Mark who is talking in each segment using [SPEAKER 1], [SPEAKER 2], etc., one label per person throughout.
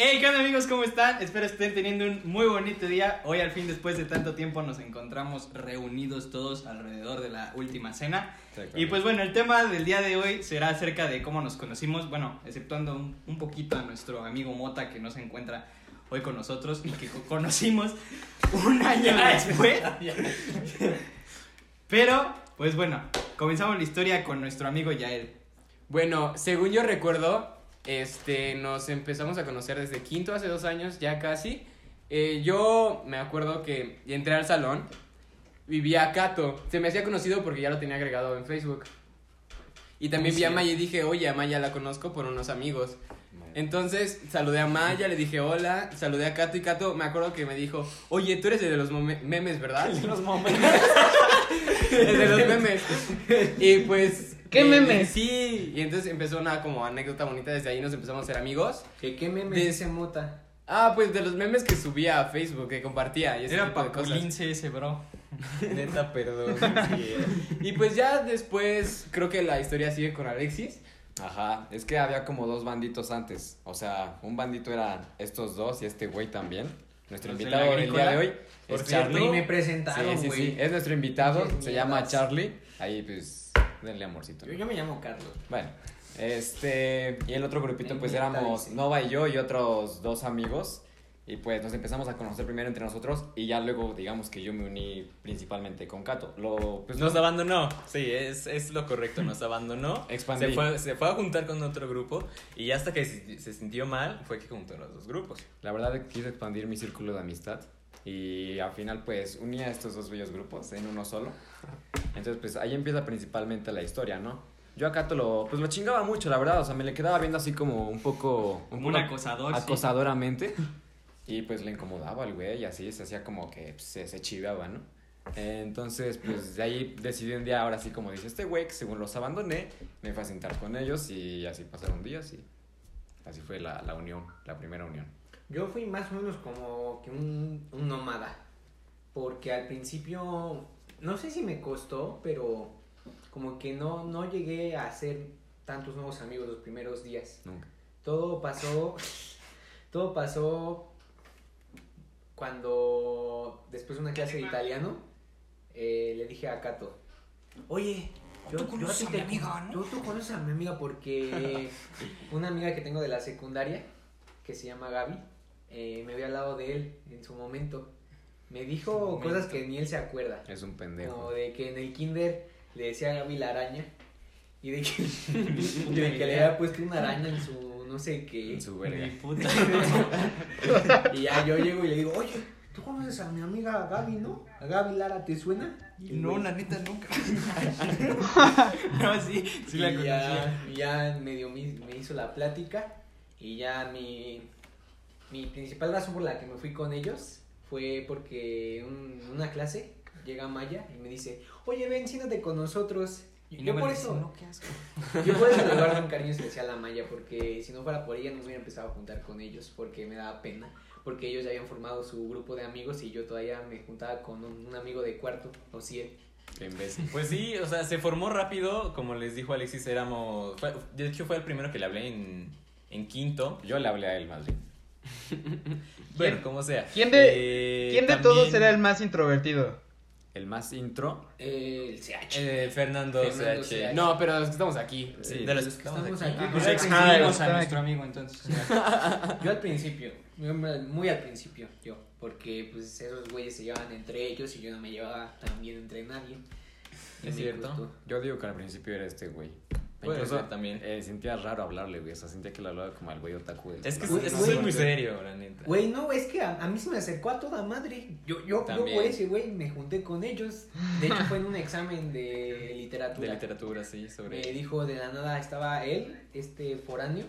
[SPEAKER 1] Hey, ¿qué onda amigos? ¿Cómo están? Espero estén teniendo un muy bonito día. Hoy al fin, después de tanto tiempo, nos encontramos reunidos todos alrededor de la última cena. Y pues bueno, el tema del día de hoy será acerca de cómo nos conocimos, bueno, exceptuando un, un poquito a nuestro amigo Mota que no se encuentra hoy con nosotros y que co- conocimos un año después. Pero, pues bueno, comenzamos la historia con nuestro amigo Yael.
[SPEAKER 2] Bueno, según yo recuerdo, este, nos empezamos a conocer desde quinto hace dos años, ya casi. Eh, yo me acuerdo que entré al salón, vivía a Cato, se me hacía conocido porque ya lo tenía agregado en Facebook. Y también vi a Maya y dije, oye, a Maya la conozco por unos amigos. Entonces saludé a Maya, le dije hola, saludé a Cato y Cato me acuerdo que me dijo, oye, tú eres el de los mome- memes, ¿verdad?
[SPEAKER 3] Los momentos.
[SPEAKER 2] El de los memes. Y pues.
[SPEAKER 4] ¿Qué
[SPEAKER 2] eh,
[SPEAKER 4] memes?
[SPEAKER 2] Sí, y entonces empezó una como anécdota bonita. Desde ahí nos empezamos a ser amigos.
[SPEAKER 3] ¿Qué, qué meme
[SPEAKER 2] De-
[SPEAKER 3] dice Mota?
[SPEAKER 2] Ah, pues de los memes que subía a Facebook, que compartía. Y ese
[SPEAKER 1] Era
[SPEAKER 2] tipo de cosas.
[SPEAKER 1] Papulince ese, bro.
[SPEAKER 3] Neta, perdón.
[SPEAKER 2] Y pues ya después, creo que la historia sigue con Alexis.
[SPEAKER 5] Ajá, es que había como dos banditos antes. O sea, un bandito eran estos dos y este güey también. Nuestro
[SPEAKER 1] Los de la
[SPEAKER 5] invitado del
[SPEAKER 1] agrícola,
[SPEAKER 5] día de hoy
[SPEAKER 1] por
[SPEAKER 5] es
[SPEAKER 1] cierto.
[SPEAKER 5] Charlie.
[SPEAKER 3] Ni me
[SPEAKER 5] Sí,
[SPEAKER 3] presentaron,
[SPEAKER 5] sí,
[SPEAKER 3] güey.
[SPEAKER 5] sí, es nuestro invitado,
[SPEAKER 3] Pinches
[SPEAKER 5] se llama
[SPEAKER 3] mierdas.
[SPEAKER 5] Charlie. Ahí pues, denle amorcito.
[SPEAKER 3] Yo,
[SPEAKER 5] ¿no?
[SPEAKER 3] yo me llamo Carlos.
[SPEAKER 5] Bueno, este, y el otro grupito pues
[SPEAKER 3] Invitado,
[SPEAKER 5] éramos
[SPEAKER 3] sí.
[SPEAKER 5] Nova y yo y otros dos amigos. Y pues nos empezamos a conocer primero entre nosotros y ya luego digamos que yo me uní principalmente con Cato. Lo, pues,
[SPEAKER 6] Nos abandonó, sí, es, es lo correcto, nos abandonó.
[SPEAKER 5] Expandí.
[SPEAKER 6] Se fue, se fue a juntar con otro grupo y ya hasta que se, se sintió mal fue que juntó los dos grupos.
[SPEAKER 5] La verdad quise expandir mi círculo de amistad y al final pues uní a estos dos bellos grupos en uno solo. Entonces pues ahí empieza principalmente la historia, ¿no? Yo a Cato lo, pues lo chingaba mucho, la verdad, o sea, me le quedaba viendo así como un poco...
[SPEAKER 1] Como un
[SPEAKER 5] poco
[SPEAKER 1] acosador, sí.
[SPEAKER 5] Acosadoramente. Y pues le incomodaba al güey y así se hacía como que pues, se, se chiveaba, ¿no? Entonces, pues de ahí decidí un día, ahora sí, como dice este güey, que según los abandoné, me fui a sentar con ellos y así pasaron días y así fue la, la unión, la primera unión.
[SPEAKER 3] Yo fui más o menos como que un, un nómada. Porque al principio, no sé si me costó, pero como que no, no llegué a hacer tantos nuevos amigos los primeros días.
[SPEAKER 5] Nunca.
[SPEAKER 3] Todo pasó. Todo pasó cuando después de una clase de italiano eh, le dije a Cato, oye, yo, tú conoces a mi amiga, ¿no? Yo, tú conoces a mi amiga porque una amiga que tengo de la secundaria, que se llama Gaby, eh, me había hablado de él en su momento. Me dijo cosas que ni él se acuerda.
[SPEAKER 5] Es un pendejo.
[SPEAKER 3] Como de que en el kinder le decía a Gaby la araña y de que, y de que le había puesto una araña en su no sé qué.
[SPEAKER 5] En su verga.
[SPEAKER 1] Mi puta.
[SPEAKER 3] Y ya yo llego y le digo, oye, ¿tú conoces a mi amiga Gaby, no? ¿A Gaby Lara te suena? Y el güey-
[SPEAKER 1] neta nunca. no, sí, sí la
[SPEAKER 3] y
[SPEAKER 1] conocía.
[SPEAKER 3] ya, ya medio me, me hizo la plática y ya mi, mi principal razón por la que me fui con ellos fue porque un- en una clase llega Maya y me dice, oye, ven, siéntate con nosotros.
[SPEAKER 1] Y
[SPEAKER 3] Y
[SPEAKER 1] no
[SPEAKER 3] yo,
[SPEAKER 1] me
[SPEAKER 3] por
[SPEAKER 1] lo dice,
[SPEAKER 3] eso,
[SPEAKER 1] no, qué asco.
[SPEAKER 3] yo por eso le guardo un cariño especial a Maya, porque si no fuera por ella no me hubiera empezado a juntar con ellos, porque me daba pena, porque ellos ya habían formado su grupo de amigos y yo todavía me juntaba con un, un amigo de cuarto, o siete.
[SPEAKER 5] Qué imbécil.
[SPEAKER 6] Pues sí, o sea, se formó rápido, como les dijo Alexis, éramos... fue- de hecho fue el primero que le hablé en, en quinto.
[SPEAKER 5] Yo le hablé a él más bien.
[SPEAKER 6] Bueno, como sea.
[SPEAKER 4] ¿Quién de-
[SPEAKER 6] Eh,
[SPEAKER 4] ¿Quién de
[SPEAKER 6] también,
[SPEAKER 4] todos era el más introvertido?
[SPEAKER 5] El más intro.
[SPEAKER 3] Eh, el CH.
[SPEAKER 6] eh, Fernando,
[SPEAKER 3] Fernando
[SPEAKER 6] CH.
[SPEAKER 3] CH.
[SPEAKER 2] No, pero los que estamos aquí.
[SPEAKER 5] Sí.
[SPEAKER 6] de los que
[SPEAKER 3] Los que
[SPEAKER 6] estamos
[SPEAKER 3] estamos
[SPEAKER 6] aquí.
[SPEAKER 3] aquí.
[SPEAKER 1] Pues
[SPEAKER 3] Ajá,
[SPEAKER 1] excluimos
[SPEAKER 4] está
[SPEAKER 1] a
[SPEAKER 4] aquí.
[SPEAKER 1] nuestro amigo entonces.
[SPEAKER 3] Yo al principio, yo me- muy al principio, yo, porque pues esos güeyes se llevaban entre ellos y yo no me llevaba tan bien entre nadie. me
[SPEAKER 6] Es cierto.
[SPEAKER 3] costó.
[SPEAKER 5] Yo digo que al principio era este güey.
[SPEAKER 6] Puede ser también.
[SPEAKER 5] eh, sentía raro hablarle, güey. O sea, sentía que le hablaba como al güey otaku. del
[SPEAKER 6] Es que
[SPEAKER 5] salón.
[SPEAKER 3] Güey,
[SPEAKER 6] es,
[SPEAKER 3] güey.
[SPEAKER 6] es muy serio, la neta.
[SPEAKER 3] Güey, no, es que a, a mí se me acercó a toda madre. Yo, yo, yo
[SPEAKER 6] También.
[SPEAKER 3] por ese güey me junté con ellos. De hecho fue en un examen de literatura.
[SPEAKER 6] De literatura, sí, sobre...
[SPEAKER 3] Me dijo de la nada, estaba él, este foráneo.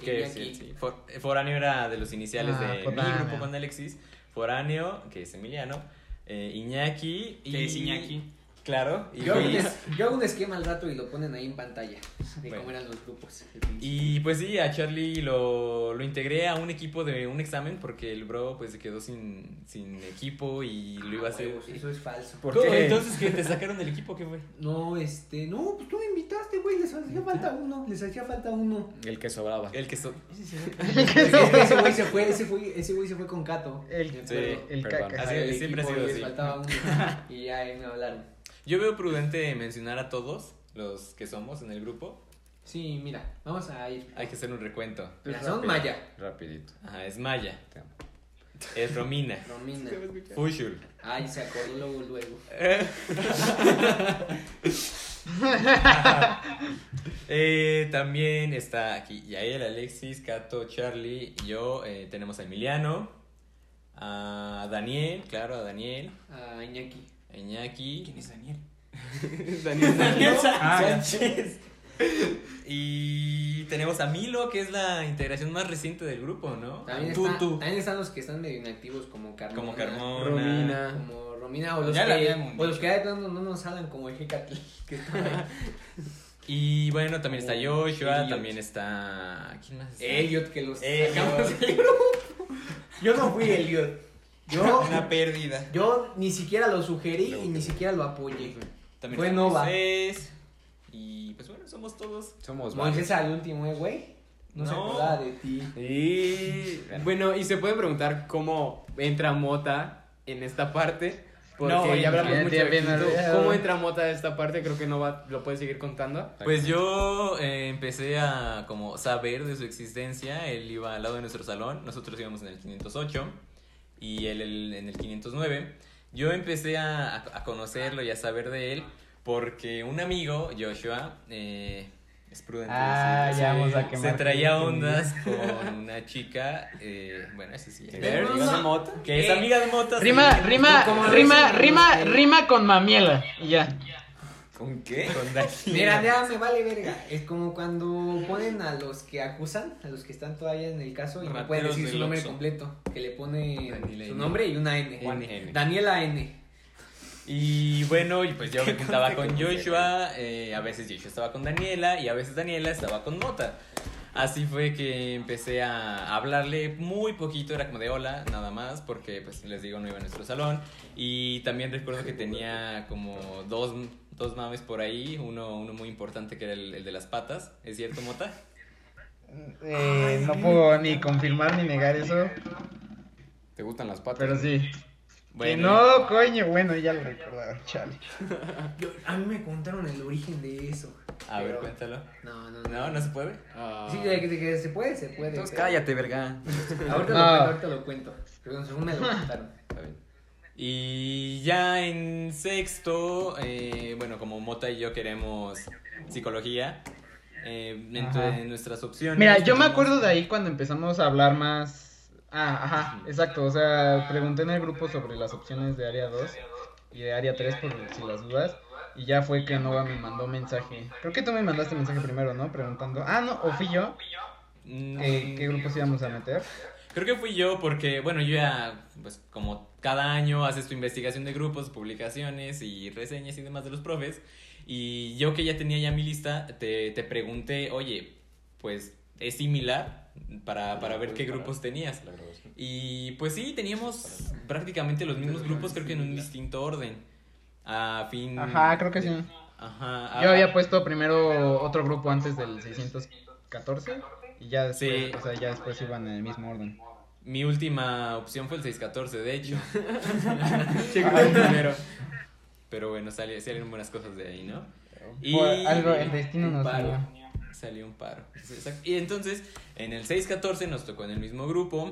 [SPEAKER 3] y
[SPEAKER 6] Que
[SPEAKER 3] yo
[SPEAKER 6] sí,
[SPEAKER 3] aquí.
[SPEAKER 6] sí. For- eh, foráneo era de los iniciales
[SPEAKER 4] Ah,
[SPEAKER 6] de mi
[SPEAKER 4] foráneo.
[SPEAKER 6] grupo con Alexis. Foráneo, que es Emiliano. eh, Iñaki. Y...
[SPEAKER 1] Que es Iñaki.
[SPEAKER 6] Claro. Y
[SPEAKER 3] Yo, hago un
[SPEAKER 6] Luis.
[SPEAKER 3] es- yo hago un esquema al rato y lo ponen ahí en pantalla de
[SPEAKER 6] Bueno.
[SPEAKER 3] cómo eran los grupos. al principio.
[SPEAKER 6] Y pues sí, a Charlie lo, lo integré a un equipo de un examen porque el bro pues se quedó sin, sin equipo y lo iba a
[SPEAKER 3] Ah,
[SPEAKER 6] hacer.
[SPEAKER 3] huevos, Eso es falso.
[SPEAKER 6] ¿Cómo? Entonces que te sacaron del equipo, ¿qué fue?
[SPEAKER 3] No, este, no, pues tú me invitabas. chingaste, güey, les hacía falta uno, les hacía falta uno.
[SPEAKER 5] El que sobraba.
[SPEAKER 6] El que so-
[SPEAKER 3] ese güey se fue, ese güey, ese güey se fue con Cato.
[SPEAKER 4] El,
[SPEAKER 6] Sí,
[SPEAKER 4] el
[SPEAKER 5] perdón.
[SPEAKER 4] caca.
[SPEAKER 6] Así-
[SPEAKER 3] Al
[SPEAKER 6] siempre ha
[SPEAKER 3] equipo
[SPEAKER 6] sido
[SPEAKER 3] les
[SPEAKER 6] así.
[SPEAKER 3] faltaba uno. Y ya ahí me hablaron.
[SPEAKER 6] Yo veo prudente mencionar a todos los que somos en el grupo.
[SPEAKER 3] Sí, mira, vamos a ir.
[SPEAKER 6] Hay que hacer un recuento.
[SPEAKER 3] Mira, son Maya,
[SPEAKER 5] Rapidito.
[SPEAKER 6] Ajá, es Maya.
[SPEAKER 5] Te amo.
[SPEAKER 6] Es Romina.
[SPEAKER 3] Romina.
[SPEAKER 6] Fushul.
[SPEAKER 3] Ay, se acordó luego, luego.
[SPEAKER 6] Eh, también está aquí Yael, Alexis, Cato, Charlie, yo. eh, tenemos a Emiliano, a Daniel, claro, a Daniel,
[SPEAKER 3] A Iñaki.
[SPEAKER 6] a Iñaki,
[SPEAKER 1] ¿Quién es Daniel?
[SPEAKER 6] Daniel
[SPEAKER 1] Ah, ya.
[SPEAKER 6] Sánchez. Y tenemos a Milo, que es la integración más reciente del grupo, ¿no?
[SPEAKER 3] También,
[SPEAKER 6] Tú,
[SPEAKER 3] está-
[SPEAKER 6] tú.
[SPEAKER 3] también están los que están medio inactivos como Carmona.
[SPEAKER 6] Como Carmona.
[SPEAKER 2] Romina.
[SPEAKER 3] Como Romina o los,
[SPEAKER 1] Ya la
[SPEAKER 3] que,
[SPEAKER 1] habíamos
[SPEAKER 3] o los que ya de plano no nos hablan como el Hecatl. Que está ahí.
[SPEAKER 6] Y bueno, también está
[SPEAKER 3] Como
[SPEAKER 6] Joshua,
[SPEAKER 3] Oh, Elliot.
[SPEAKER 6] también está... ¿Quién más? está?
[SPEAKER 3] Elliot que los
[SPEAKER 6] Elliot.
[SPEAKER 3] sacamos del grupo. Yo no fui Elliot. Yo,
[SPEAKER 1] Una pérdida.
[SPEAKER 3] yo ni siquiera lo sugerí y ni siquiera lo apoyé.
[SPEAKER 6] También
[SPEAKER 3] Fue
[SPEAKER 6] está
[SPEAKER 3] Nova.
[SPEAKER 6] Moisés. Y pues bueno, somos todos.
[SPEAKER 5] Somos varios.
[SPEAKER 3] Moisés al último, eh, güey. No, se
[SPEAKER 6] No.
[SPEAKER 3] acordaba de ti.
[SPEAKER 2] Y bueno, y se pueden preguntar cómo entra Mota en esta parte. Porque
[SPEAKER 1] No,
[SPEAKER 2] ya hablamos
[SPEAKER 4] ya
[SPEAKER 2] mucho
[SPEAKER 4] te
[SPEAKER 2] de
[SPEAKER 4] habían
[SPEAKER 2] Quito.
[SPEAKER 4] olvidado.
[SPEAKER 2] ¿Cómo entra Mota a esta parte? Creo que no va, lo puedes seguir contando.
[SPEAKER 6] Pues yo eh, empecé a como saber de su existencia. Él iba al lado de nuestro salón. Nosotros íbamos en el 508 y él el- en el 509. Yo empecé a, a conocerlo y a saber de él porque un amigo, Joshua, eh, es prudente.
[SPEAKER 4] Ah,
[SPEAKER 6] decirlo,
[SPEAKER 4] ya
[SPEAKER 6] sí,
[SPEAKER 4] vamos a quemar
[SPEAKER 6] Se traía
[SPEAKER 4] gente.
[SPEAKER 6] ondas con una chica. eh, bueno, ese sí.
[SPEAKER 2] Pero
[SPEAKER 3] no, no.
[SPEAKER 2] Mota?
[SPEAKER 6] Que es amiga de Motas.
[SPEAKER 4] Rima,
[SPEAKER 6] y-
[SPEAKER 4] rima,
[SPEAKER 3] como lo
[SPEAKER 4] rima,
[SPEAKER 3] dicen,
[SPEAKER 4] rima,
[SPEAKER 3] este-
[SPEAKER 4] rima con mamiela. Y ya.
[SPEAKER 5] ¿Con qué?
[SPEAKER 6] Con Daniela.
[SPEAKER 3] Mira, ya me vale verga. Es como cuando ponen a los que acusan, a los que están todavía en el caso y no pueden
[SPEAKER 6] Rateros
[SPEAKER 3] decir su
[SPEAKER 6] del
[SPEAKER 3] nombre
[SPEAKER 6] Oxxo.
[SPEAKER 3] completo. Que le pone
[SPEAKER 6] Daniela
[SPEAKER 3] su
[SPEAKER 6] N.
[SPEAKER 3] nombre y una N.
[SPEAKER 6] Juan N.
[SPEAKER 3] Daniela N.
[SPEAKER 6] Y bueno, y pues yo me juntaba con Joshua, eh, a veces Joshua estaba con Daniela y a veces Daniela estaba con Mota. Así fue que empecé a hablarle muy poquito, era como de hola, nada más, porque pues les digo, no iba a nuestro salón. Y también recuerdo que tenía como dos, dos mames por ahí, uno, uno muy importante que era el, el de las patas, ¿es cierto, Mota?
[SPEAKER 4] Eh, no puedo ni confirmar ni negar eso,
[SPEAKER 5] ¿Te gustan las patas?
[SPEAKER 4] pero sí. Que
[SPEAKER 6] Bueno,
[SPEAKER 4] no, coño, bueno, ya lo recordaba, chale.
[SPEAKER 3] Yo- a mí me contaron el origen de eso.
[SPEAKER 6] a ver,
[SPEAKER 3] pero-
[SPEAKER 6] cuéntalo.
[SPEAKER 3] No, no, no.
[SPEAKER 6] No, no se puede.
[SPEAKER 2] Ah.
[SPEAKER 3] Sí, de que, de que se puede, se puede.
[SPEAKER 5] Entonces
[SPEAKER 3] pero-
[SPEAKER 5] Pues cállate, verga.
[SPEAKER 3] Ahorita, lo,
[SPEAKER 4] No.
[SPEAKER 3] cuento, ahorita lo cuento. Pero según me lo contaron.
[SPEAKER 5] Está bien.
[SPEAKER 6] Y ya en sexto, eh, bueno, como Mota y yo queremos psicología, eh,
[SPEAKER 4] Ajá.
[SPEAKER 6] entre nuestras opciones.
[SPEAKER 4] Mira, yo me
[SPEAKER 6] tenemos-
[SPEAKER 4] acuerdo de ahí cuando empezamos a hablar más. Ah, ajá, exacto. O sea, pregunté en el grupo sobre las opciones de área 2 y de área 3 por si las dudas. Y ya fue que Nova me mandó mensaje. Creo que tú me mandaste mensaje primero, ¿no? Preguntando. Ah, no, o fui yo.
[SPEAKER 6] Mm,
[SPEAKER 4] eh, ¿Qué grupos íbamos a meter?
[SPEAKER 6] Creo que fui yo porque, bueno, yo ya, pues como cada año haces tu investigación de grupos, publicaciones y reseñas y demás de los profes. Y yo que ya tenía ya mi lista, te, te pregunté, oye, pues es similar para, para ver qué grupos tenías.
[SPEAKER 5] La grabación.
[SPEAKER 6] Y pues sí, teníamos prácticamente los mismos grupos, creo que en un distinto orden. A fin.
[SPEAKER 4] Ajá, creo que sí.
[SPEAKER 6] Ajá.
[SPEAKER 4] Yo
[SPEAKER 6] a-
[SPEAKER 4] había puesto Ah, primero otro grupo antes del 614 y ya después,
[SPEAKER 6] Sí.
[SPEAKER 4] o sea, ya después iban en el mismo orden.
[SPEAKER 6] Mi última opción fue el 614, de hecho.
[SPEAKER 2] Llegó el primero.
[SPEAKER 6] Pero bueno, sali- salieron buenas cosas de ahí, ¿no?
[SPEAKER 4] Por algo el destino nos
[SPEAKER 6] paro.
[SPEAKER 4] unió.
[SPEAKER 6] Salió un paro. Sí, exacto. Y entonces, en el 614 nos tocó en el mismo grupo.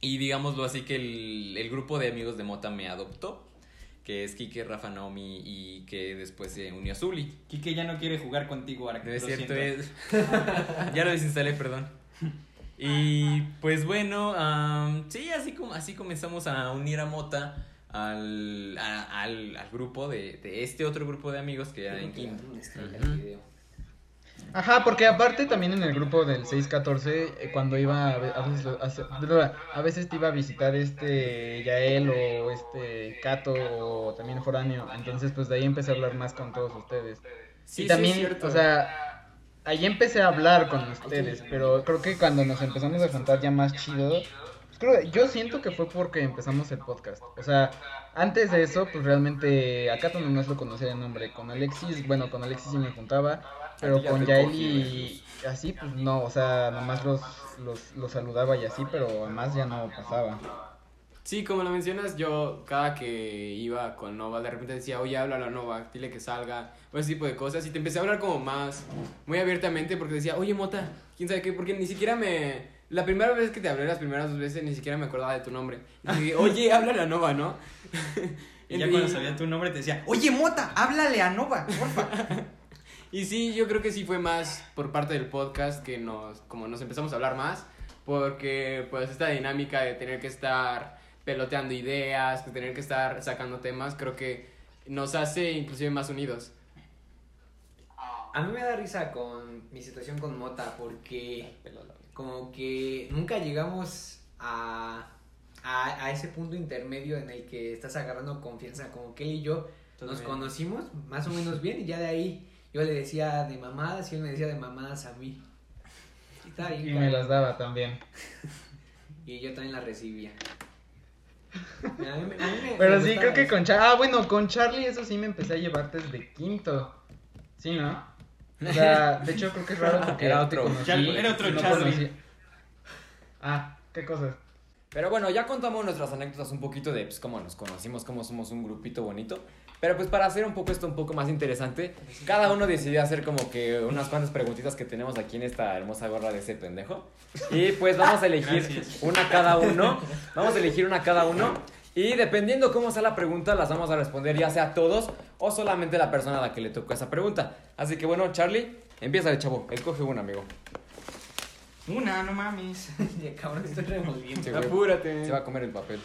[SPEAKER 6] Y digámoslo así que el, el grupo de amigos de Mota me adoptó. Que es Kike, Rafa, Naomi y que después se unió a Zuli.
[SPEAKER 1] Kike ya no quiere jugar contigo ahora que
[SPEAKER 6] No es
[SPEAKER 1] lo
[SPEAKER 6] cierto,
[SPEAKER 1] siento.
[SPEAKER 6] es. ya lo desinstalé, perdón. Y pues bueno, am, sí, así, com- así comenzamos a unir a Mota al, a- al, al grupo de, de este otro grupo de amigos que era en Quinto. Ujú.
[SPEAKER 4] Ajá, porque aparte también en el grupo del 614, eh, cuando iba a, ve- a veces, lo- a se- a veces te iba a visitar este Yael o este Cato o también Joranio, entonces pues de ahí empecé a hablar más con todos ustedes.
[SPEAKER 2] Sí,
[SPEAKER 4] y
[SPEAKER 2] sí,
[SPEAKER 4] también,
[SPEAKER 2] es cierto.
[SPEAKER 4] o sea, ahí empecé a hablar con ustedes, pero creo que cuando nos empezamos a juntar ya más chido Pues creo, que- yo siento que fue porque empezamos el podcast. O sea, antes de eso, pues realmente acá también más lo conocía de nombre. Con Alexis, bueno, con Alexis sí me juntaba, pero
[SPEAKER 5] ya
[SPEAKER 4] con
[SPEAKER 5] te
[SPEAKER 4] Yaeli y así, pues no, o sea, nomás los, los, los saludaba y así, pero además ya no pasaba.
[SPEAKER 2] Sí, como lo mencionas, yo cada que iba con Nova, de repente decía, oye, habla a la Nova, dile que salga, o ese tipo de cosas. Y te empecé a hablar como más, muy abiertamente, porque decía, oye, Mota, quién sabe qué, porque ni siquiera me. La primera vez que te hablé, las primeras dos veces, ni siquiera me acordaba de tu nombre. Y dije, oye, habla a la Nova, ¿no?
[SPEAKER 1] Y ya cuando sabía tu nombre te decía, oye Mota, háblale a Nova, porfa.
[SPEAKER 2] Y sí, yo creo que sí fue más por parte del podcast que nos, como nos empezamos a hablar más, porque pues esta dinámica de tener que estar peloteando ideas, de tener que estar sacando temas, creo que nos hace inclusive más unidos.
[SPEAKER 3] A mí me da risa con mi situación con Mota porque como que nunca llegamos a, a, a ese punto intermedio en el que estás agarrando confianza, como que él y yo nos
[SPEAKER 1] bien.
[SPEAKER 3] conocimos más o menos bien y ya de ahí yo le decía de mamadas y él me decía de mamadas a mí. Y, estaba bien
[SPEAKER 4] Y me
[SPEAKER 3] cabrón.
[SPEAKER 4] las daba también.
[SPEAKER 3] Y yo también las recibía. A mí- a mí me-
[SPEAKER 4] Pero
[SPEAKER 3] me
[SPEAKER 4] sí,
[SPEAKER 3] gustaba
[SPEAKER 4] creo que
[SPEAKER 3] eso.
[SPEAKER 4] con Charlie. Ah, bueno, con Charlie, eso sí me empecé a llevar desde quinto. Sí, ¿no? O sea, de hecho, creo que es raro porque.
[SPEAKER 5] Era
[SPEAKER 4] te
[SPEAKER 5] otro
[SPEAKER 4] conocí
[SPEAKER 1] Charlie, era otro
[SPEAKER 4] y
[SPEAKER 1] Charlie.
[SPEAKER 4] conocí- Ah, qué cosas.
[SPEAKER 5] Pero bueno, ya contamos nuestras anécdotas un poquito de pues, cómo nos conocimos, cómo somos un grupito bonito. Pero pues para hacer un poco esto un poco más interesante, cada uno decidió hacer como que unas cuantas preguntitas que tenemos aquí en esta hermosa gorra de ese pendejo. Y pues vamos a elegir
[SPEAKER 1] Gracias.
[SPEAKER 5] una cada uno. Vamos a elegir una cada uno. Y dependiendo cómo sea la pregunta, las vamos a responder ya sea todos o solamente la persona a la que le tocó esa pregunta. Así que bueno, Charlie, empieza el chavo. Escoge una, amigo.
[SPEAKER 1] Una, no mames.
[SPEAKER 3] Ya, cabrón, estoy remoliendo.
[SPEAKER 5] Sí, güey.
[SPEAKER 2] Apúrate.
[SPEAKER 5] Se va a comer el papel.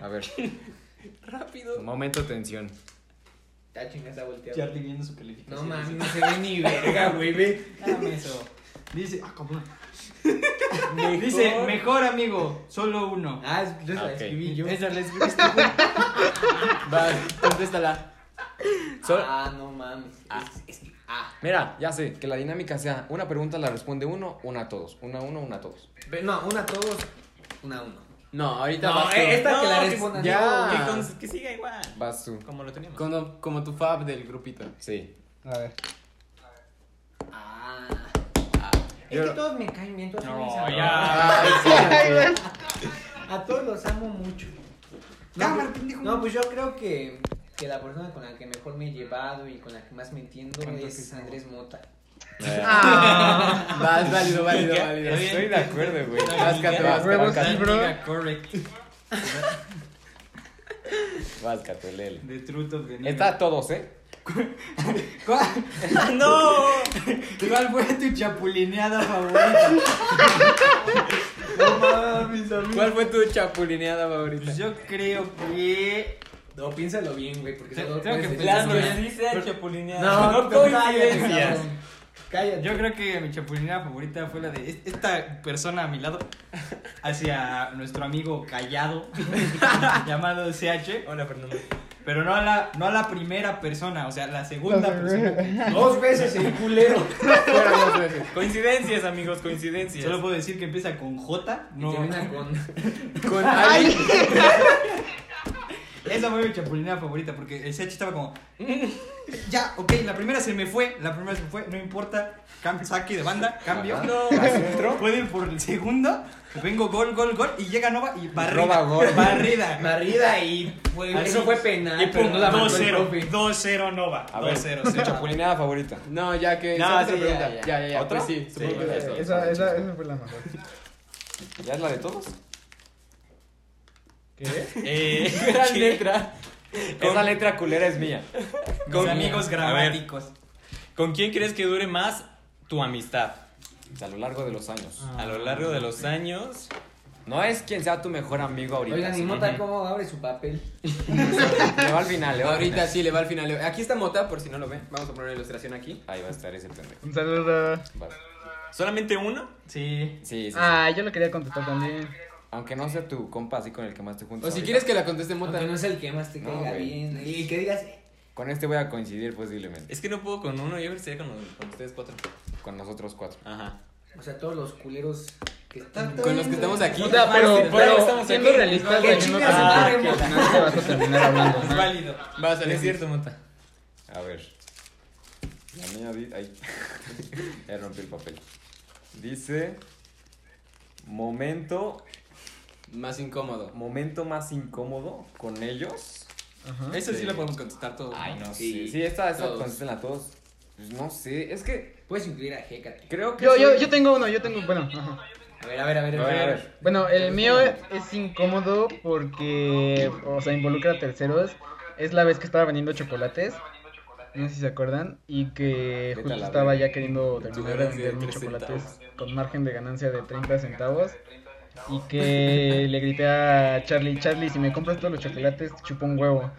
[SPEAKER 5] A ver.
[SPEAKER 2] rápido.
[SPEAKER 5] Momento tensión.
[SPEAKER 3] Ah, chinga, está volteado.
[SPEAKER 1] Charlie viendo su
[SPEAKER 3] No
[SPEAKER 1] calificación.
[SPEAKER 3] mames, no se ve ni verga, güey, ve.
[SPEAKER 1] Dame eso. Dice, ah, cabrón. Dice, mejor amigo, solo uno.
[SPEAKER 3] Ah, es- yo se
[SPEAKER 5] Ah,
[SPEAKER 3] la
[SPEAKER 5] ok.
[SPEAKER 3] escribí yo.
[SPEAKER 1] Esa la escribiste, güey.
[SPEAKER 2] Va, contéstala.
[SPEAKER 5] Sol-
[SPEAKER 3] Ah, no mames. Es- es- ah.
[SPEAKER 5] Mira, ya sé, que la dinámica sea una pregunta la responde uno, una a todos. Una a uno, una a todos.
[SPEAKER 3] Ve, No, una a todos, una a uno.
[SPEAKER 2] No, ahorita
[SPEAKER 3] No,
[SPEAKER 2] vas tú.
[SPEAKER 3] eh, esta- que la
[SPEAKER 6] que-
[SPEAKER 3] respondan.
[SPEAKER 6] Ya.
[SPEAKER 2] Que
[SPEAKER 6] Que,
[SPEAKER 2] con-
[SPEAKER 6] siga igual.
[SPEAKER 5] Vas tú.
[SPEAKER 6] Como lo teníamos.
[SPEAKER 2] Como, como tu fab del grupito.
[SPEAKER 5] Sí.
[SPEAKER 4] A ver.
[SPEAKER 3] Ah. Es
[SPEAKER 5] Yo-
[SPEAKER 3] que todos me caen bien, todos me
[SPEAKER 1] Oh,
[SPEAKER 3] dicen, A todos los amo mucho. No,
[SPEAKER 1] Cámara,
[SPEAKER 3] pues-
[SPEAKER 1] pendejo.
[SPEAKER 3] no, pues yo creo que, que la persona con la que mejor me he llevado y con la que más me entiendo es Andrés Mota.
[SPEAKER 4] Ah,
[SPEAKER 2] Vas, válido, válido,
[SPEAKER 6] ¿Qué?
[SPEAKER 2] válido.
[SPEAKER 6] Está bien.
[SPEAKER 5] Estoy de acuerdo, güey.
[SPEAKER 6] No,
[SPEAKER 5] Vázcate,
[SPEAKER 6] ni
[SPEAKER 5] vázcate,
[SPEAKER 4] huevos,
[SPEAKER 5] vázcate.
[SPEAKER 4] sí, bro.
[SPEAKER 1] correct.
[SPEAKER 5] Vázcate, Lel.
[SPEAKER 1] The truth of the nigga.
[SPEAKER 5] Está a todos, ¿eh?
[SPEAKER 1] ¿Cuál?
[SPEAKER 6] ¡No!
[SPEAKER 1] ¿Cuál fue tu chapulineada favorita?
[SPEAKER 3] No mames,
[SPEAKER 2] ¿Cuál fue tu chapulineada favorita?
[SPEAKER 1] Pues yo creo que.
[SPEAKER 3] No, piénsalo bien, güey, porque
[SPEAKER 1] Te-
[SPEAKER 3] luego
[SPEAKER 1] tengo
[SPEAKER 3] puedes
[SPEAKER 1] que
[SPEAKER 3] decir
[SPEAKER 1] pensar
[SPEAKER 6] Las
[SPEAKER 1] Claro,
[SPEAKER 3] una-
[SPEAKER 1] ya.
[SPEAKER 6] que sí sea
[SPEAKER 1] Pero-
[SPEAKER 6] chapulineada.
[SPEAKER 3] No, no, cállate,
[SPEAKER 6] coincidencias.
[SPEAKER 3] cabrón. Cállate.
[SPEAKER 1] Yo creo que mi chapulineada favorita fue la de es- esta persona a mi lado, hacia nuestro amigo callado, llamado CH.
[SPEAKER 6] Hola, Fernando.
[SPEAKER 1] Pero no a la, no a la primera persona, o sea, la segunda
[SPEAKER 4] La
[SPEAKER 1] persona.
[SPEAKER 3] Dos veces el culero.
[SPEAKER 2] Fueron dos veces.
[SPEAKER 6] Coincidencias, amigos, coincidencias.
[SPEAKER 1] Solo puedo decir que empieza con J.
[SPEAKER 3] Y
[SPEAKER 1] No.
[SPEAKER 3] termina con.
[SPEAKER 2] Con alguien.
[SPEAKER 1] Esa fue mi chapulineada favorita porque el CH estaba como. Ya, ok, la primera se me fue, la primera se me fue, no importa. Cam saque de banda, cambio.
[SPEAKER 5] Ajá.
[SPEAKER 1] No,
[SPEAKER 5] Centro.
[SPEAKER 1] Puede ir por el segundo. Vengo gol, gol, gol. Y llega Nova y barrida.
[SPEAKER 5] Roba gol.
[SPEAKER 1] Barrida. Ah,
[SPEAKER 3] Barrida y fue,
[SPEAKER 1] Así.
[SPEAKER 3] eso fue penal.
[SPEAKER 1] Y
[SPEAKER 3] pero
[SPEAKER 1] pum,
[SPEAKER 3] no la marcó el
[SPEAKER 1] 2-0.
[SPEAKER 3] profe.
[SPEAKER 1] 2-0 Nova.
[SPEAKER 5] A ver,
[SPEAKER 1] 2-0.
[SPEAKER 5] tu
[SPEAKER 1] Secha.
[SPEAKER 5] chapulineada favorita.
[SPEAKER 2] No, ya que.
[SPEAKER 1] No,
[SPEAKER 2] esa es
[SPEAKER 1] sí,
[SPEAKER 2] otra pregunta.
[SPEAKER 1] ya,
[SPEAKER 2] Ya,
[SPEAKER 1] ya.
[SPEAKER 2] ya, ya.
[SPEAKER 5] ¿Otra?
[SPEAKER 2] pues sí, supongo que
[SPEAKER 5] Sí.
[SPEAKER 2] es eso.
[SPEAKER 4] Esa, esa, esa fue la mejor.
[SPEAKER 5] ¿Ya es la de todos?
[SPEAKER 4] ¿Qué?
[SPEAKER 1] Eh,
[SPEAKER 2] Gran letra.
[SPEAKER 5] Esa letra culera es mía.
[SPEAKER 1] mis
[SPEAKER 6] Con-
[SPEAKER 1] amigos
[SPEAKER 6] A ver.
[SPEAKER 1] gramáticos.
[SPEAKER 6] ¿Con quién crees que dure más tu amistad?
[SPEAKER 5] A lo largo de los años.
[SPEAKER 2] Ah.
[SPEAKER 6] A
[SPEAKER 1] Ah,
[SPEAKER 6] lo largo de los años.
[SPEAKER 5] No es quien sea tu mejor amigo ahorita.
[SPEAKER 3] Oigan, y
[SPEAKER 5] sí.
[SPEAKER 3] Mota, ¿cómo abre su papel?
[SPEAKER 5] Le va al final, ¿eh? le va al
[SPEAKER 2] Ahorita
[SPEAKER 5] final.
[SPEAKER 2] sí le va al final. Aquí está Mota, por si no lo ven. Vamos a poner la ilustración aquí.
[SPEAKER 5] Ahí va a estar ese pendejo.
[SPEAKER 4] Un saludo.
[SPEAKER 5] Vas.
[SPEAKER 6] ¿Solamente uno?
[SPEAKER 1] Sí.
[SPEAKER 5] Sí, sí, sí.
[SPEAKER 4] Ah, yo lo quería contestar también.
[SPEAKER 5] Aunque no sea tu compa así con el que más te juntas.
[SPEAKER 2] O si
[SPEAKER 5] ahorita.
[SPEAKER 2] quieres que la conteste Mota.
[SPEAKER 3] Porque no es el que más te
[SPEAKER 5] No,
[SPEAKER 3] caiga
[SPEAKER 5] güey.
[SPEAKER 3] bien. ¿eh? Y que digas,
[SPEAKER 5] Con este voy a coincidir posiblemente.
[SPEAKER 6] Es que no puedo con uno, yo creo que sería con, los- con ustedes cuatro.
[SPEAKER 5] Con nosotros cuatro.
[SPEAKER 6] Ajá.
[SPEAKER 3] o sea, todos los culeros que
[SPEAKER 2] Con los que estamos aquí.
[SPEAKER 4] O sea, pero,
[SPEAKER 2] Fácil,
[SPEAKER 4] pero
[SPEAKER 2] estamos
[SPEAKER 4] siendo
[SPEAKER 2] aquí. ¿Qué
[SPEAKER 4] realistas, güey, no te
[SPEAKER 2] chingas? Ah,
[SPEAKER 4] preocupes, que al final te vas a terminar hablando.
[SPEAKER 1] Es
[SPEAKER 4] ¿no?
[SPEAKER 1] válido.
[SPEAKER 2] Va a salir cierto, Mota.
[SPEAKER 5] A ver. La mía dice. Ay. Ya rompí el papel. Dice. Momento.
[SPEAKER 2] Más incómodo.
[SPEAKER 5] Momento más incómodo con ellos.
[SPEAKER 4] Ajá.
[SPEAKER 1] Eso sí
[SPEAKER 5] Sí.
[SPEAKER 1] lo podemos contestar todos.
[SPEAKER 5] Este Ay,
[SPEAKER 1] ¿no?
[SPEAKER 5] no
[SPEAKER 3] Sí.
[SPEAKER 5] sé. Sí, esta, esta
[SPEAKER 2] Todos.
[SPEAKER 5] contesten a todos. Pues no sé. Es que
[SPEAKER 3] Puedes incluir a Hecate.
[SPEAKER 5] creo que.
[SPEAKER 4] Yo,
[SPEAKER 5] soy-
[SPEAKER 4] yo, yo tengo uno, yo tengo, bueno, ajá.
[SPEAKER 3] A ver, a ver, a ver.
[SPEAKER 5] A ver, a ver.
[SPEAKER 4] Bueno, el mío es incómodo porque, o sea, involucra a terceros. Es la vez que estaba vendiendo chocolates. No sé si se acuerdan. Y que
[SPEAKER 5] Vete a
[SPEAKER 4] justo
[SPEAKER 5] la
[SPEAKER 4] estaba
[SPEAKER 5] verga.
[SPEAKER 4] ya queriendo terminar de vender mis chocolates con margen de ganancia de 30 centavos. Y que le grité a Charlie, Charlie, si me compras todos los chocolates, te chupo un huevo.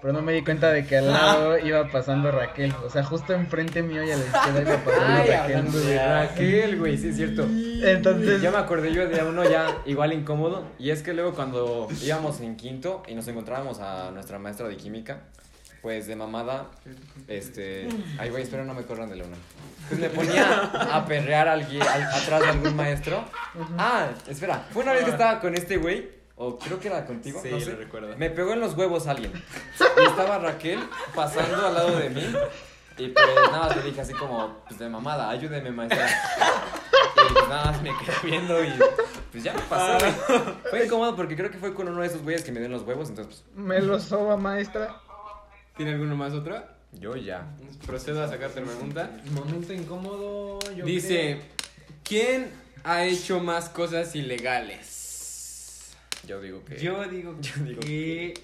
[SPEAKER 4] Pero no me di cuenta de que al lado iba pasando Raquel. O sea, justo enfrente mío y a la izquierda iba pasando
[SPEAKER 5] Ay,
[SPEAKER 4] Raquel.
[SPEAKER 5] hablando de Raquel, güey, sí es cierto.
[SPEAKER 4] Entonces,
[SPEAKER 5] Ya me acordé yo de uno ya igual incómodo. Y es que luego cuando íbamos en quinto y nos encontrábamos a nuestra maestra de química, pues de mamada, este. Ay, güey, espero no me corran del uno. Pues me ponía a perrear al, gui- al- atrás de algún maestro. Ah, espera, fue una vez que estaba con este güey, o creo que era contigo,
[SPEAKER 6] Sí,
[SPEAKER 5] no
[SPEAKER 6] lo
[SPEAKER 5] sé.
[SPEAKER 6] recuerdo.
[SPEAKER 5] Me pegó en los huevos alguien. Y estaba Raquel pasando al lado de mí. Y pues nada más le dije así como, pues de mamada, ayúdeme maestra. Y pues nada más me quedé viendo y pues ya me pasó. güey.
[SPEAKER 6] Ah.
[SPEAKER 5] Fue incómodo porque creo que fue con uno de esos güeyes que me dio en los huevos, entonces pues,
[SPEAKER 4] me lo soba, maestra.
[SPEAKER 2] ¿Tiene alguno más otro?
[SPEAKER 5] pues yo ya.
[SPEAKER 2] Procedo a sacarte la pregunta.
[SPEAKER 3] Momento incómodo. yo
[SPEAKER 2] Dice, ¿quién ha hecho más cosas ilegales?
[SPEAKER 5] Yo digo que...
[SPEAKER 1] Yo digo
[SPEAKER 5] Yo digo
[SPEAKER 1] que.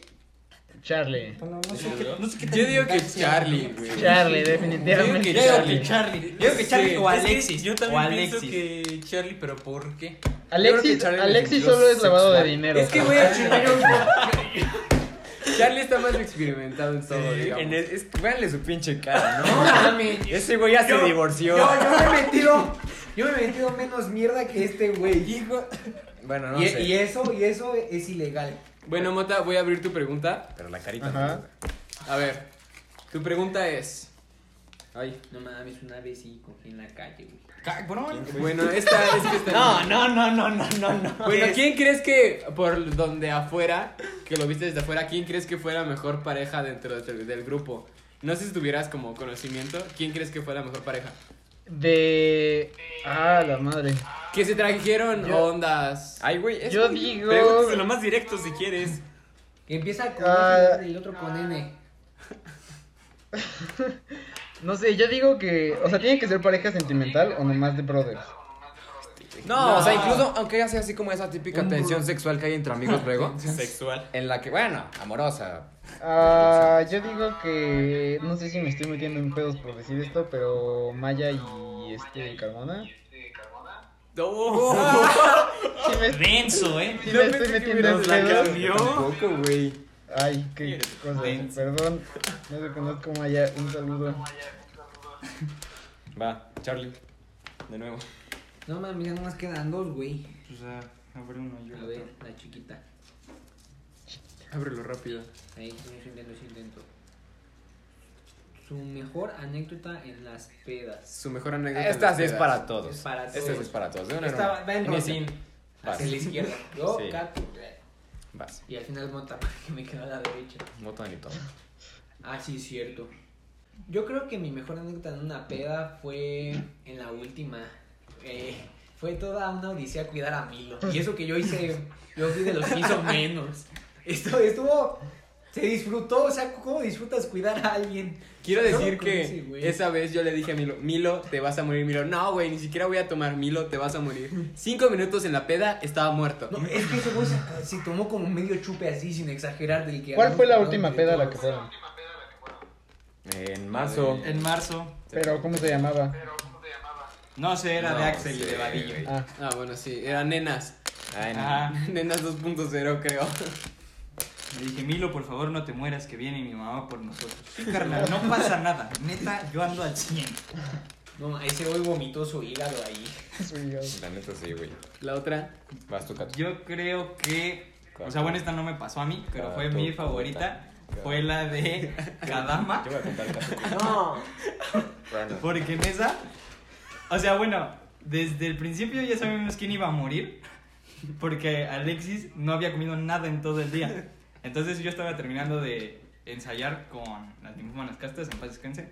[SPEAKER 4] Charlie.
[SPEAKER 3] creo.
[SPEAKER 1] No sé qué
[SPEAKER 2] Yo digo que Charlie, güey.
[SPEAKER 4] Charlie,
[SPEAKER 2] Yo digo
[SPEAKER 4] definitivamente.
[SPEAKER 1] Yo digo
[SPEAKER 2] Charlie.
[SPEAKER 1] que Charlie. Yo digo que Charlie
[SPEAKER 2] Sí.
[SPEAKER 1] o
[SPEAKER 2] Es que
[SPEAKER 1] Alexis.
[SPEAKER 6] Yo
[SPEAKER 1] o
[SPEAKER 6] también
[SPEAKER 1] Alexis.
[SPEAKER 6] pienso que Charlie, pero ¿por qué?
[SPEAKER 4] Alexis,
[SPEAKER 2] Charlie
[SPEAKER 4] Alexis
[SPEAKER 2] definió
[SPEAKER 4] solo es lavado de
[SPEAKER 5] sexual.
[SPEAKER 4] dinero.
[SPEAKER 2] Es que, güey, Charlie está más experimentado en todo, digamos.
[SPEAKER 5] En el- es- véanle su pinche cara, ¿no?
[SPEAKER 3] mames.
[SPEAKER 5] Ese güey ya se divorció.
[SPEAKER 3] Yo, yo me he metido. Yo me he metido menos mierda que este güey.
[SPEAKER 5] Bueno, no
[SPEAKER 3] y,
[SPEAKER 5] sé.
[SPEAKER 3] y eso, y eso es ilegal.
[SPEAKER 2] Bueno, Mota, voy a abrir tu pregunta.
[SPEAKER 5] Pero la carita
[SPEAKER 4] Ajá.
[SPEAKER 5] no.
[SPEAKER 2] A ver, tu pregunta es... Ay,
[SPEAKER 3] No mames, una vez sí cogí en la calle, güey.
[SPEAKER 1] Ca- Bueno,
[SPEAKER 2] bueno, esta es que está...
[SPEAKER 5] no, no, no, no, no, no.
[SPEAKER 2] Bueno, ¿quién crees que, por donde afuera, que lo viste desde afuera, quién crees que fue la mejor pareja dentro del, del grupo? No sé si tuvieras como conocimiento, ¿quién crees que fue la mejor pareja?
[SPEAKER 4] De. Ah, la madre.
[SPEAKER 2] Que se trajeron
[SPEAKER 4] Yo-
[SPEAKER 2] ondas.
[SPEAKER 5] Ay, güey, es
[SPEAKER 4] Yo digo.
[SPEAKER 6] lo más directo si quieres.
[SPEAKER 3] Empieza con
[SPEAKER 4] Ah.
[SPEAKER 3] F y el otro con N.
[SPEAKER 4] No sé, yo digo que. O sea, tiene que ser pareja sentimental o nomás de brothers.
[SPEAKER 5] No, o sea, incluso aunque ya sea así como esa típica tensión sexual que hay entre amigos luego,
[SPEAKER 6] Sexual.
[SPEAKER 5] en la que, bueno, amorosa.
[SPEAKER 4] Ah, yo digo que. No sé si me estoy metiendo en pedos por decir esto, pero Maya y este Carmona. Sí me, sí
[SPEAKER 1] denso, ¿eh?
[SPEAKER 4] me estoy metiendo en pedos.
[SPEAKER 5] Tampoco, güey.
[SPEAKER 4] Ay, qué cosa. Perdón, no te conozco Maya. Un saludo.
[SPEAKER 5] Va, Charlie. De nuevo.
[SPEAKER 3] No mames, ya nomás quedan dos, güey.
[SPEAKER 1] O sea, Pues, ah, abre uno y
[SPEAKER 3] A ver, la chiquita.
[SPEAKER 2] Ábrelo rápido.
[SPEAKER 3] Ahí, es intento, es intento. Su mejor anécdota en las pedas.
[SPEAKER 2] Su mejor anécdota. en
[SPEAKER 5] Esta
[SPEAKER 2] las
[SPEAKER 5] sí es
[SPEAKER 2] pedas.
[SPEAKER 5] para todos.
[SPEAKER 3] Es para
[SPEAKER 5] Esta
[SPEAKER 3] todos.
[SPEAKER 5] sí es para todos. De una en
[SPEAKER 3] Esta
[SPEAKER 5] una.
[SPEAKER 3] va- va en ronda.
[SPEAKER 5] Inicia. Vas.
[SPEAKER 3] Hacia la izquierda. Yo, eh,
[SPEAKER 5] Sí.
[SPEAKER 3] Cato.
[SPEAKER 5] Vas.
[SPEAKER 3] Y al final monta que me quedo a la derecha.
[SPEAKER 5] Moto ni todo.
[SPEAKER 3] Ah, sí, cierto. Yo creo que mi mejor anécdota en una peda fue en la última. Eh, fue toda una odisea cuidar a Milo. Y eso que yo hice, yo fui de los que hizo menos. Esto estuvo. Se disfrutó, o sea, ¿cómo disfrutas cuidar a alguien?
[SPEAKER 2] Quiero
[SPEAKER 3] Yo
[SPEAKER 2] decir
[SPEAKER 3] lo conocí,
[SPEAKER 2] que
[SPEAKER 3] güey.
[SPEAKER 2] esa vez yo le dije a Milo, Milo, te vas a morir, Milo. No, güey, ni siquiera voy a tomar Milo, te vas a morir. Cinco minutos en la peda, estaba muerto.
[SPEAKER 3] No, es que ese güey se, se tomó como medio chupe así, sin exagerar. Del que
[SPEAKER 4] ¿Cuál fue la
[SPEAKER 3] habíamos
[SPEAKER 4] última
[SPEAKER 3] hablado
[SPEAKER 4] peda a
[SPEAKER 3] de
[SPEAKER 4] la que
[SPEAKER 3] todo.
[SPEAKER 4] fueron?
[SPEAKER 5] En marzo.
[SPEAKER 1] En marzo.
[SPEAKER 4] Pero, ¿cómo se llamaba?
[SPEAKER 1] No sé, era
[SPEAKER 5] No
[SPEAKER 1] de Axel y
[SPEAKER 5] sé,
[SPEAKER 1] de Vadillo.
[SPEAKER 5] güey.
[SPEAKER 4] Ah,
[SPEAKER 2] Ah, bueno, sí, eran nenas.
[SPEAKER 5] Ay, no.
[SPEAKER 1] Ah.
[SPEAKER 2] Nenas 2.0, creo.
[SPEAKER 1] Le dije, Milo, por favor, no te mueras, que viene mi mamá por nosotros. Sí, carnal, no pasa nada. Neta, yo ando al 100.
[SPEAKER 3] No, ese güey vomitó su hígado ahí.
[SPEAKER 4] soy yo.
[SPEAKER 5] La neta sí, güey.
[SPEAKER 2] La otra.
[SPEAKER 5] Vas tú, Cato.
[SPEAKER 1] Yo creo que. O sea, bueno, esta no me pasó a mí, pero fue mi favorita. Fue la de Kadama.
[SPEAKER 5] Yo voy a contar el caso.
[SPEAKER 3] No.
[SPEAKER 5] Bueno.
[SPEAKER 1] Porque en esa. O sea, bueno, desde el principio ya sabíamos quién iba a morir, porque Alexis no había comido nada en todo el día. Entonces yo estaba terminando de ensayar con las ninfomanas castas, en paz descanse,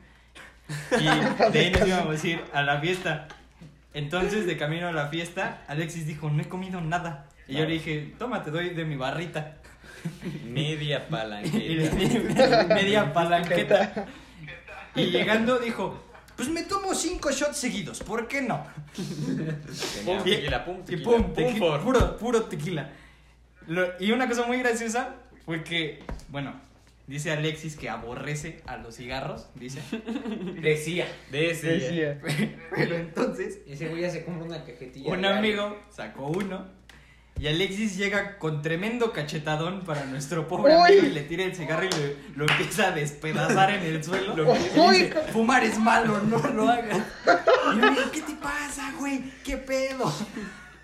[SPEAKER 1] y de ahí nos íbamos a ir a la fiesta. Entonces, de camino a la fiesta, Alexis dijo, no he comido nada. Y yo le dije, toma, te doy de mi barrita.
[SPEAKER 6] Media
[SPEAKER 1] Y le
[SPEAKER 6] palanquera.
[SPEAKER 1] di media palanqueta. Y llegando dijo, pues me tomo cinco shots seguidos, ¿por qué no?
[SPEAKER 6] Pum, tequila, pum,
[SPEAKER 1] Y
[SPEAKER 6] tequila,
[SPEAKER 1] pum, tequi-
[SPEAKER 6] por.
[SPEAKER 1] puro, puro tequila. Lo- y una cosa muy graciosa fue que, bueno, dice Alexis que aborrece a los cigarros, dice.
[SPEAKER 3] Decía.
[SPEAKER 6] De ese.
[SPEAKER 4] Decía.
[SPEAKER 1] Pero entonces
[SPEAKER 3] Ese güey ya se compra una cajetilla.
[SPEAKER 1] un
[SPEAKER 3] diaria.
[SPEAKER 1] amigo sacó uno y Alexis llega con tremendo cachetadón para nuestro pobre
[SPEAKER 4] Uy.
[SPEAKER 1] amigo y le tira el cigarro y lo, lo empieza a despedazar en el suelo.
[SPEAKER 4] Uy.
[SPEAKER 1] Y le dice, Fumar es malo, no lo hagas. Y yo le digo, ¿qué te pasa, güey? ¿Qué pedo?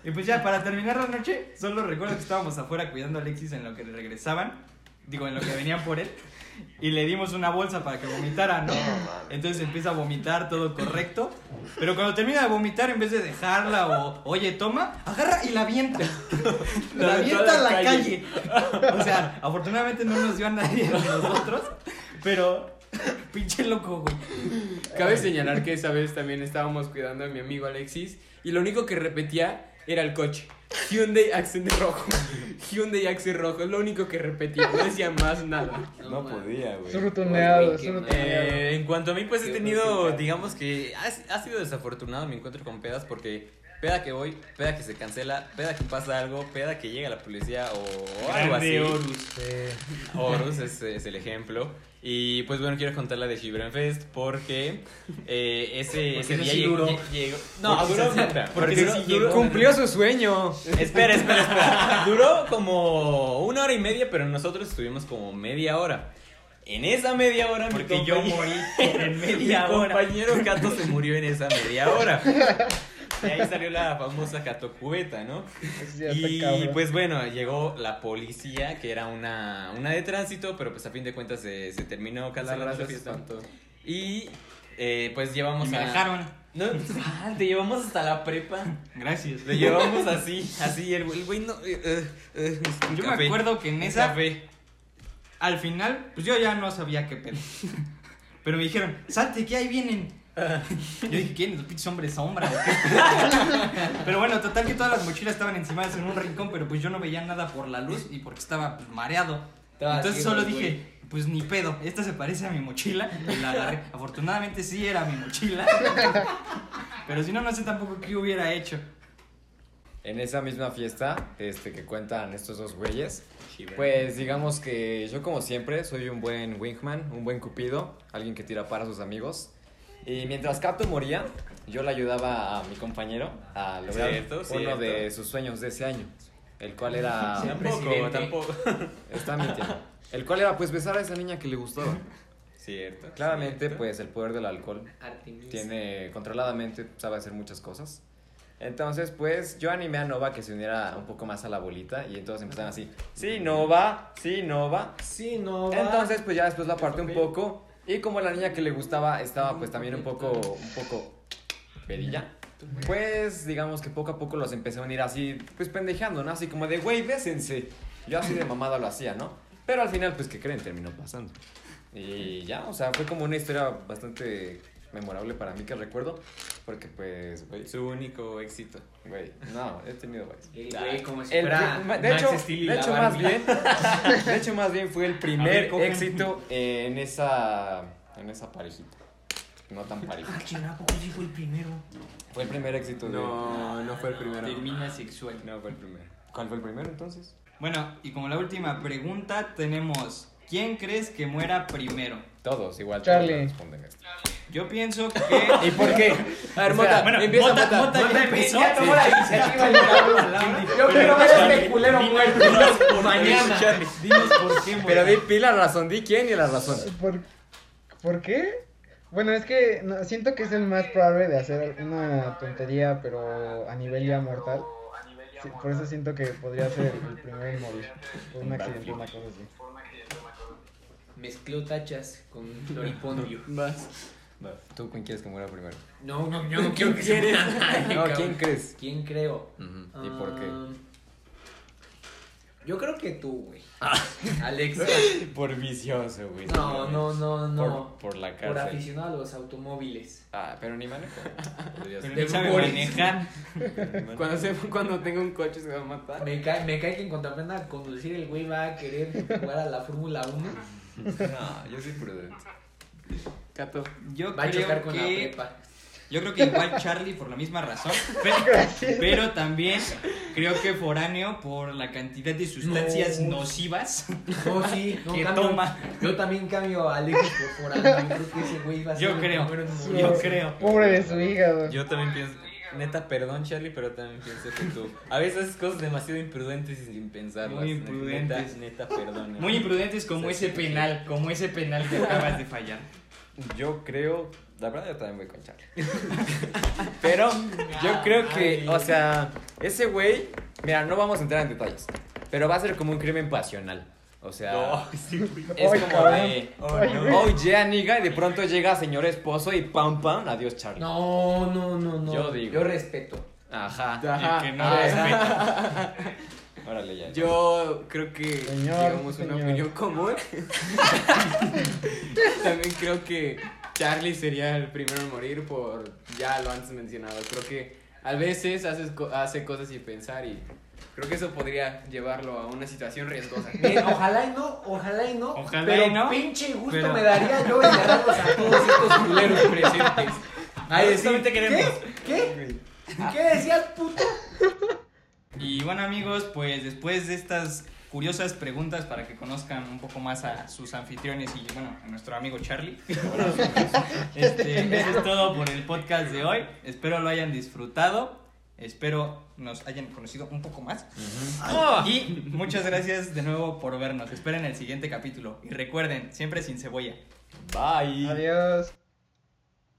[SPEAKER 1] Y pues ya, para terminar la noche, solo recuerdo que estábamos afuera cuidando a Alexis en lo que regresaban, digo, en lo que venían por él, y le dimos una bolsa para que vomitara, ¿no? Entonces empieza a vomitar, todo correcto, pero cuando termina de vomitar, en vez de dejarla o, oye, toma, agarra y la avienta. La avienta a la calle. O sea, afortunadamente no nos dio a nadie de nosotros, pero pinche loco, güey.
[SPEAKER 2] Cabe señalar que esa vez también estábamos cuidando a mi amigo Alexis y lo único que repetía era el coche. Hyundai Accent rojo. Hyundai Accent rojo, es lo único que repetía, no decía más nada.
[SPEAKER 5] No podía, güey.
[SPEAKER 4] Surrutoneado,
[SPEAKER 3] Güey, qué
[SPEAKER 4] surrutoneado.
[SPEAKER 6] Eh, en cuanto a mí, pues he
[SPEAKER 3] Qué
[SPEAKER 6] tenido,
[SPEAKER 3] bonito.
[SPEAKER 6] digamos que ha, ha sido desafortunado mi encuentro con pedas porque peda que voy, peda que se cancela, peda que pasa algo, peda que llega la policía o algo así. Horus. es, es el ejemplo. Y pues bueno, quiero contar la de Shibran Fest porque eh, ese, ese
[SPEAKER 3] ese
[SPEAKER 6] día
[SPEAKER 3] sí
[SPEAKER 6] llegó-
[SPEAKER 3] duró.
[SPEAKER 6] lle- llegó. No, duró. Porque, ese sí llegó.
[SPEAKER 5] Cumplió su sueño.
[SPEAKER 6] Espera, espera, espera. Duró como una hora y media, pero nosotros estuvimos como media hora. En esa media hora, mi
[SPEAKER 1] Porque yo
[SPEAKER 6] compañero-
[SPEAKER 1] morí en media
[SPEAKER 6] mi
[SPEAKER 1] hora.
[SPEAKER 6] compañero Cato se murió en esa media hora. Y ahí salió la famosa Cato Cubeta, ¿no?
[SPEAKER 4] Eso ya está
[SPEAKER 6] Y
[SPEAKER 4] cabrón.
[SPEAKER 6] pues bueno, llegó la policía, que era una, una de tránsito, pero pues a fin de cuentas se, se terminó cancelando la fiesta. Y eh, pues llevamos
[SPEAKER 1] Y me
[SPEAKER 6] a...
[SPEAKER 1] dejaron.
[SPEAKER 6] No, ah, te llevamos hasta la prepa.
[SPEAKER 1] Gracias.
[SPEAKER 6] Lo llevamos así, así, el güey el güey no... eh, eh, eh, un
[SPEAKER 1] Yo
[SPEAKER 6] café,
[SPEAKER 1] me acuerdo que en
[SPEAKER 6] un
[SPEAKER 1] esa,
[SPEAKER 6] café.
[SPEAKER 1] al final, pues yo ya no sabía qué pedo. Pero me dijeron, salte, que ahí vienen. Yo dije, ¿quiénes? Los pinches hombres sombra. o qué?" pero bueno, total que todas las mochilas estaban encimadas en un rincón, pero pues yo no veía nada por la luz y porque estaba pues, mareado.
[SPEAKER 3] Estaba
[SPEAKER 1] Entonces
[SPEAKER 3] ciego,
[SPEAKER 1] solo
[SPEAKER 3] güey.
[SPEAKER 1] dije, pues ni pedo, esta se parece a mi mochila. Y la agarré. Afortunadamente sí era mi mochila. Pero si no, no sé tampoco qué hubiera hecho.
[SPEAKER 5] En esa misma fiesta este, que cuentan estos dos güeyes, pues digamos que yo como siempre soy un buen wingman, un buen cupido, alguien que tira para a sus amigos. Y mientras Cato moría, yo le ayudaba a mi compañero a lograr
[SPEAKER 6] Cierto,
[SPEAKER 5] uno
[SPEAKER 6] cierto.
[SPEAKER 5] de sus sueños de ese año, el cual era...
[SPEAKER 6] Tampoco,
[SPEAKER 3] presidente.
[SPEAKER 6] tampoco.
[SPEAKER 5] Está mintiendo. El cual era pues besar a esa niña que le gustaba.
[SPEAKER 6] Cierto.
[SPEAKER 5] Claramente
[SPEAKER 6] cierto.
[SPEAKER 5] pues el poder del alcohol
[SPEAKER 3] Artemisa.
[SPEAKER 5] tiene controladamente, sabe hacer muchas cosas. Entonces, pues yo animé a Nova que se uniera un poco más a la bolita y entonces empezaron así, sí, Nova, sí, Nova.
[SPEAKER 3] Sí, no. va.
[SPEAKER 5] Entonces, pues ya después la aparté un poco y como la niña que le gustaba estaba pues también un poco, un poco pedilla, pues digamos que poco a poco los empecé a unir así, pues pendejeando, ¿no? Así como de, güey, bésense. Yo así de mamada lo hacía, ¿no? Pero al final, pues, ¿qué creen? Terminó pasando. Y ya, o sea, fue como una historia bastante memorable para mí que recuerdo, porque pues, güey,
[SPEAKER 6] Su único éxito.
[SPEAKER 5] güey, no, he tenido varios.
[SPEAKER 3] El güey como si
[SPEAKER 5] El
[SPEAKER 3] fuera
[SPEAKER 5] pri- de
[SPEAKER 3] Max
[SPEAKER 5] hecho,
[SPEAKER 3] Steel y
[SPEAKER 5] de
[SPEAKER 3] la
[SPEAKER 5] hecho más
[SPEAKER 3] Barbie.
[SPEAKER 5] bien, de hecho más bien fue el
[SPEAKER 1] A ver,
[SPEAKER 5] primer
[SPEAKER 1] cogen.
[SPEAKER 5] éxito en esa, en esa parejita. No tan pareja.
[SPEAKER 1] Ah,
[SPEAKER 5] fue el primero? Fue el primer éxito de... Ah,
[SPEAKER 2] No, no fue el primero.
[SPEAKER 1] Termina sexual.
[SPEAKER 5] No fue el primero. ¿Cuál fue el primero entonces?
[SPEAKER 1] Bueno, y como la última pregunta tenemos, ¿quién crees que muera primero?
[SPEAKER 5] Todos, igual.
[SPEAKER 4] Charlie.
[SPEAKER 5] todos responden esto.
[SPEAKER 1] Yo pienso que...
[SPEAKER 5] ¿Y por qué?
[SPEAKER 2] A ver, Mota,
[SPEAKER 1] Bueno,
[SPEAKER 2] empieza
[SPEAKER 1] Mota,
[SPEAKER 2] Mota.
[SPEAKER 1] Mota ya empezó.
[SPEAKER 3] Ya tomó la iniciativa el cabrón. Yo quiero ver a este culero muerto. Mañana.
[SPEAKER 1] Dinos por qué
[SPEAKER 5] Pero
[SPEAKER 1] muera.
[SPEAKER 5] di pila la razón, di quién y la razón.
[SPEAKER 4] ¿Por, por qué? Bueno, es que no- siento que es el más probable de hacer una tontería, pero a nivel ya mortal. Sí, por eso siento que podría ser el primero en morir. Por un accidente, una cosa así.
[SPEAKER 3] Mezcló tachas con floripondio.
[SPEAKER 2] Vas.
[SPEAKER 5] ¿Tú quién quieres que muera primero?
[SPEAKER 3] No, no, yo no quiero que se muera.
[SPEAKER 5] No, ¿quién crees?
[SPEAKER 3] ¿Quién creo?
[SPEAKER 5] Ujú, ¿Y por qué?
[SPEAKER 3] Ah, Yo creo que tú, güey.
[SPEAKER 5] Ah.
[SPEAKER 3] Alex.
[SPEAKER 5] Por vicioso, güey.
[SPEAKER 3] No, no, no, no.
[SPEAKER 5] Por, por la
[SPEAKER 3] Por,
[SPEAKER 5] cárcel.
[SPEAKER 3] aficionado a los automóviles.
[SPEAKER 5] ah, pero ni manejo. Podría ser,
[SPEAKER 1] Pero no sabe
[SPEAKER 3] Boris.
[SPEAKER 1] manejar.
[SPEAKER 5] pero ni
[SPEAKER 2] Cuando,
[SPEAKER 5] manejo.
[SPEAKER 2] se, cuando tenga un coche se va a matar.
[SPEAKER 3] Me cae, me cae que en cuanto aprenda a conducir, el güey va a querer jugar a la Fórmula 1.
[SPEAKER 5] No, yo soy prudente.
[SPEAKER 2] Cato.
[SPEAKER 1] Yo
[SPEAKER 3] Va a chocar
[SPEAKER 1] creo
[SPEAKER 3] con la
[SPEAKER 1] que.
[SPEAKER 3] prepa.
[SPEAKER 1] Yo creo que igual Charlie por la misma razón. Pero, pero también creo que Foráneo por la cantidad de sustancias
[SPEAKER 3] No.
[SPEAKER 1] nocivas
[SPEAKER 3] No, sí, no
[SPEAKER 1] que
[SPEAKER 3] cambio.
[SPEAKER 1] toma.
[SPEAKER 3] Yo también cambio a Alex por Forán. Yo creo que ese güey va a ser
[SPEAKER 1] Yo
[SPEAKER 3] el
[SPEAKER 1] creo.
[SPEAKER 3] primero en morir.
[SPEAKER 1] Yo creo.
[SPEAKER 4] Pobre de su hígado.
[SPEAKER 6] Yo también pienso, neta, perdón Charlie, pero también pienso que tú. A veces haces cosas demasiado imprudentes y sin pensarlas.
[SPEAKER 1] Muy imprudentes.
[SPEAKER 6] Neta, neta, perdón. eh.
[SPEAKER 1] Muy imprudentes como ese penal, como ese penal que acabas de fallar.
[SPEAKER 5] Yo creo, la verdad yo también voy con Charlie. Pero yo creo que, o sea, ese güey, mira, no vamos a entrar en detalles, pero va a ser como un crimen pasional. O sea, es
[SPEAKER 4] Ay,
[SPEAKER 5] como
[SPEAKER 4] cabrón.
[SPEAKER 5] de, oh yeah, nigga, y de pronto llega señor esposo y pam pam, adiós Charlie.
[SPEAKER 3] No, no, no, no.
[SPEAKER 5] Yo digo.
[SPEAKER 3] Yo respeto.
[SPEAKER 5] Ajá.
[SPEAKER 1] El que no
[SPEAKER 5] Ah,
[SPEAKER 1] respeta.
[SPEAKER 5] Órale ya.
[SPEAKER 2] Yo creo que
[SPEAKER 4] Señor,
[SPEAKER 2] digamos
[SPEAKER 4] señor.
[SPEAKER 2] una opinión común. También creo que Charlie sería el primero en morir por ya lo antes mencionado. Creo que a veces haces co- hace cosas sin pensar y creo que eso podría llevarlo a una situación riesgosa.
[SPEAKER 3] Miren, Eh, ojalá y no, ojalá y no.
[SPEAKER 1] Ojalá
[SPEAKER 3] pero
[SPEAKER 1] y no,
[SPEAKER 3] pinche gusto
[SPEAKER 1] pero-
[SPEAKER 3] me daría yo enterrarlos a todos estos culeros presentes. A decir,
[SPEAKER 1] Justamente queremos.
[SPEAKER 3] ¿Qué? ¿Qué? ¿Qué decías, puto?
[SPEAKER 1] Y bueno amigos, pues después de estas curiosas preguntas para que conozcan un poco más a sus anfitriones y bueno, a nuestro amigo Charlie. Este, eso es todo por el podcast de hoy. Espero lo hayan disfrutado. Espero nos hayan conocido un poco más. Oh. Y muchas gracias de nuevo por vernos. Esperen el siguiente capítulo. Y recuerden, siempre sin cebolla.
[SPEAKER 5] Bye.
[SPEAKER 4] Adiós.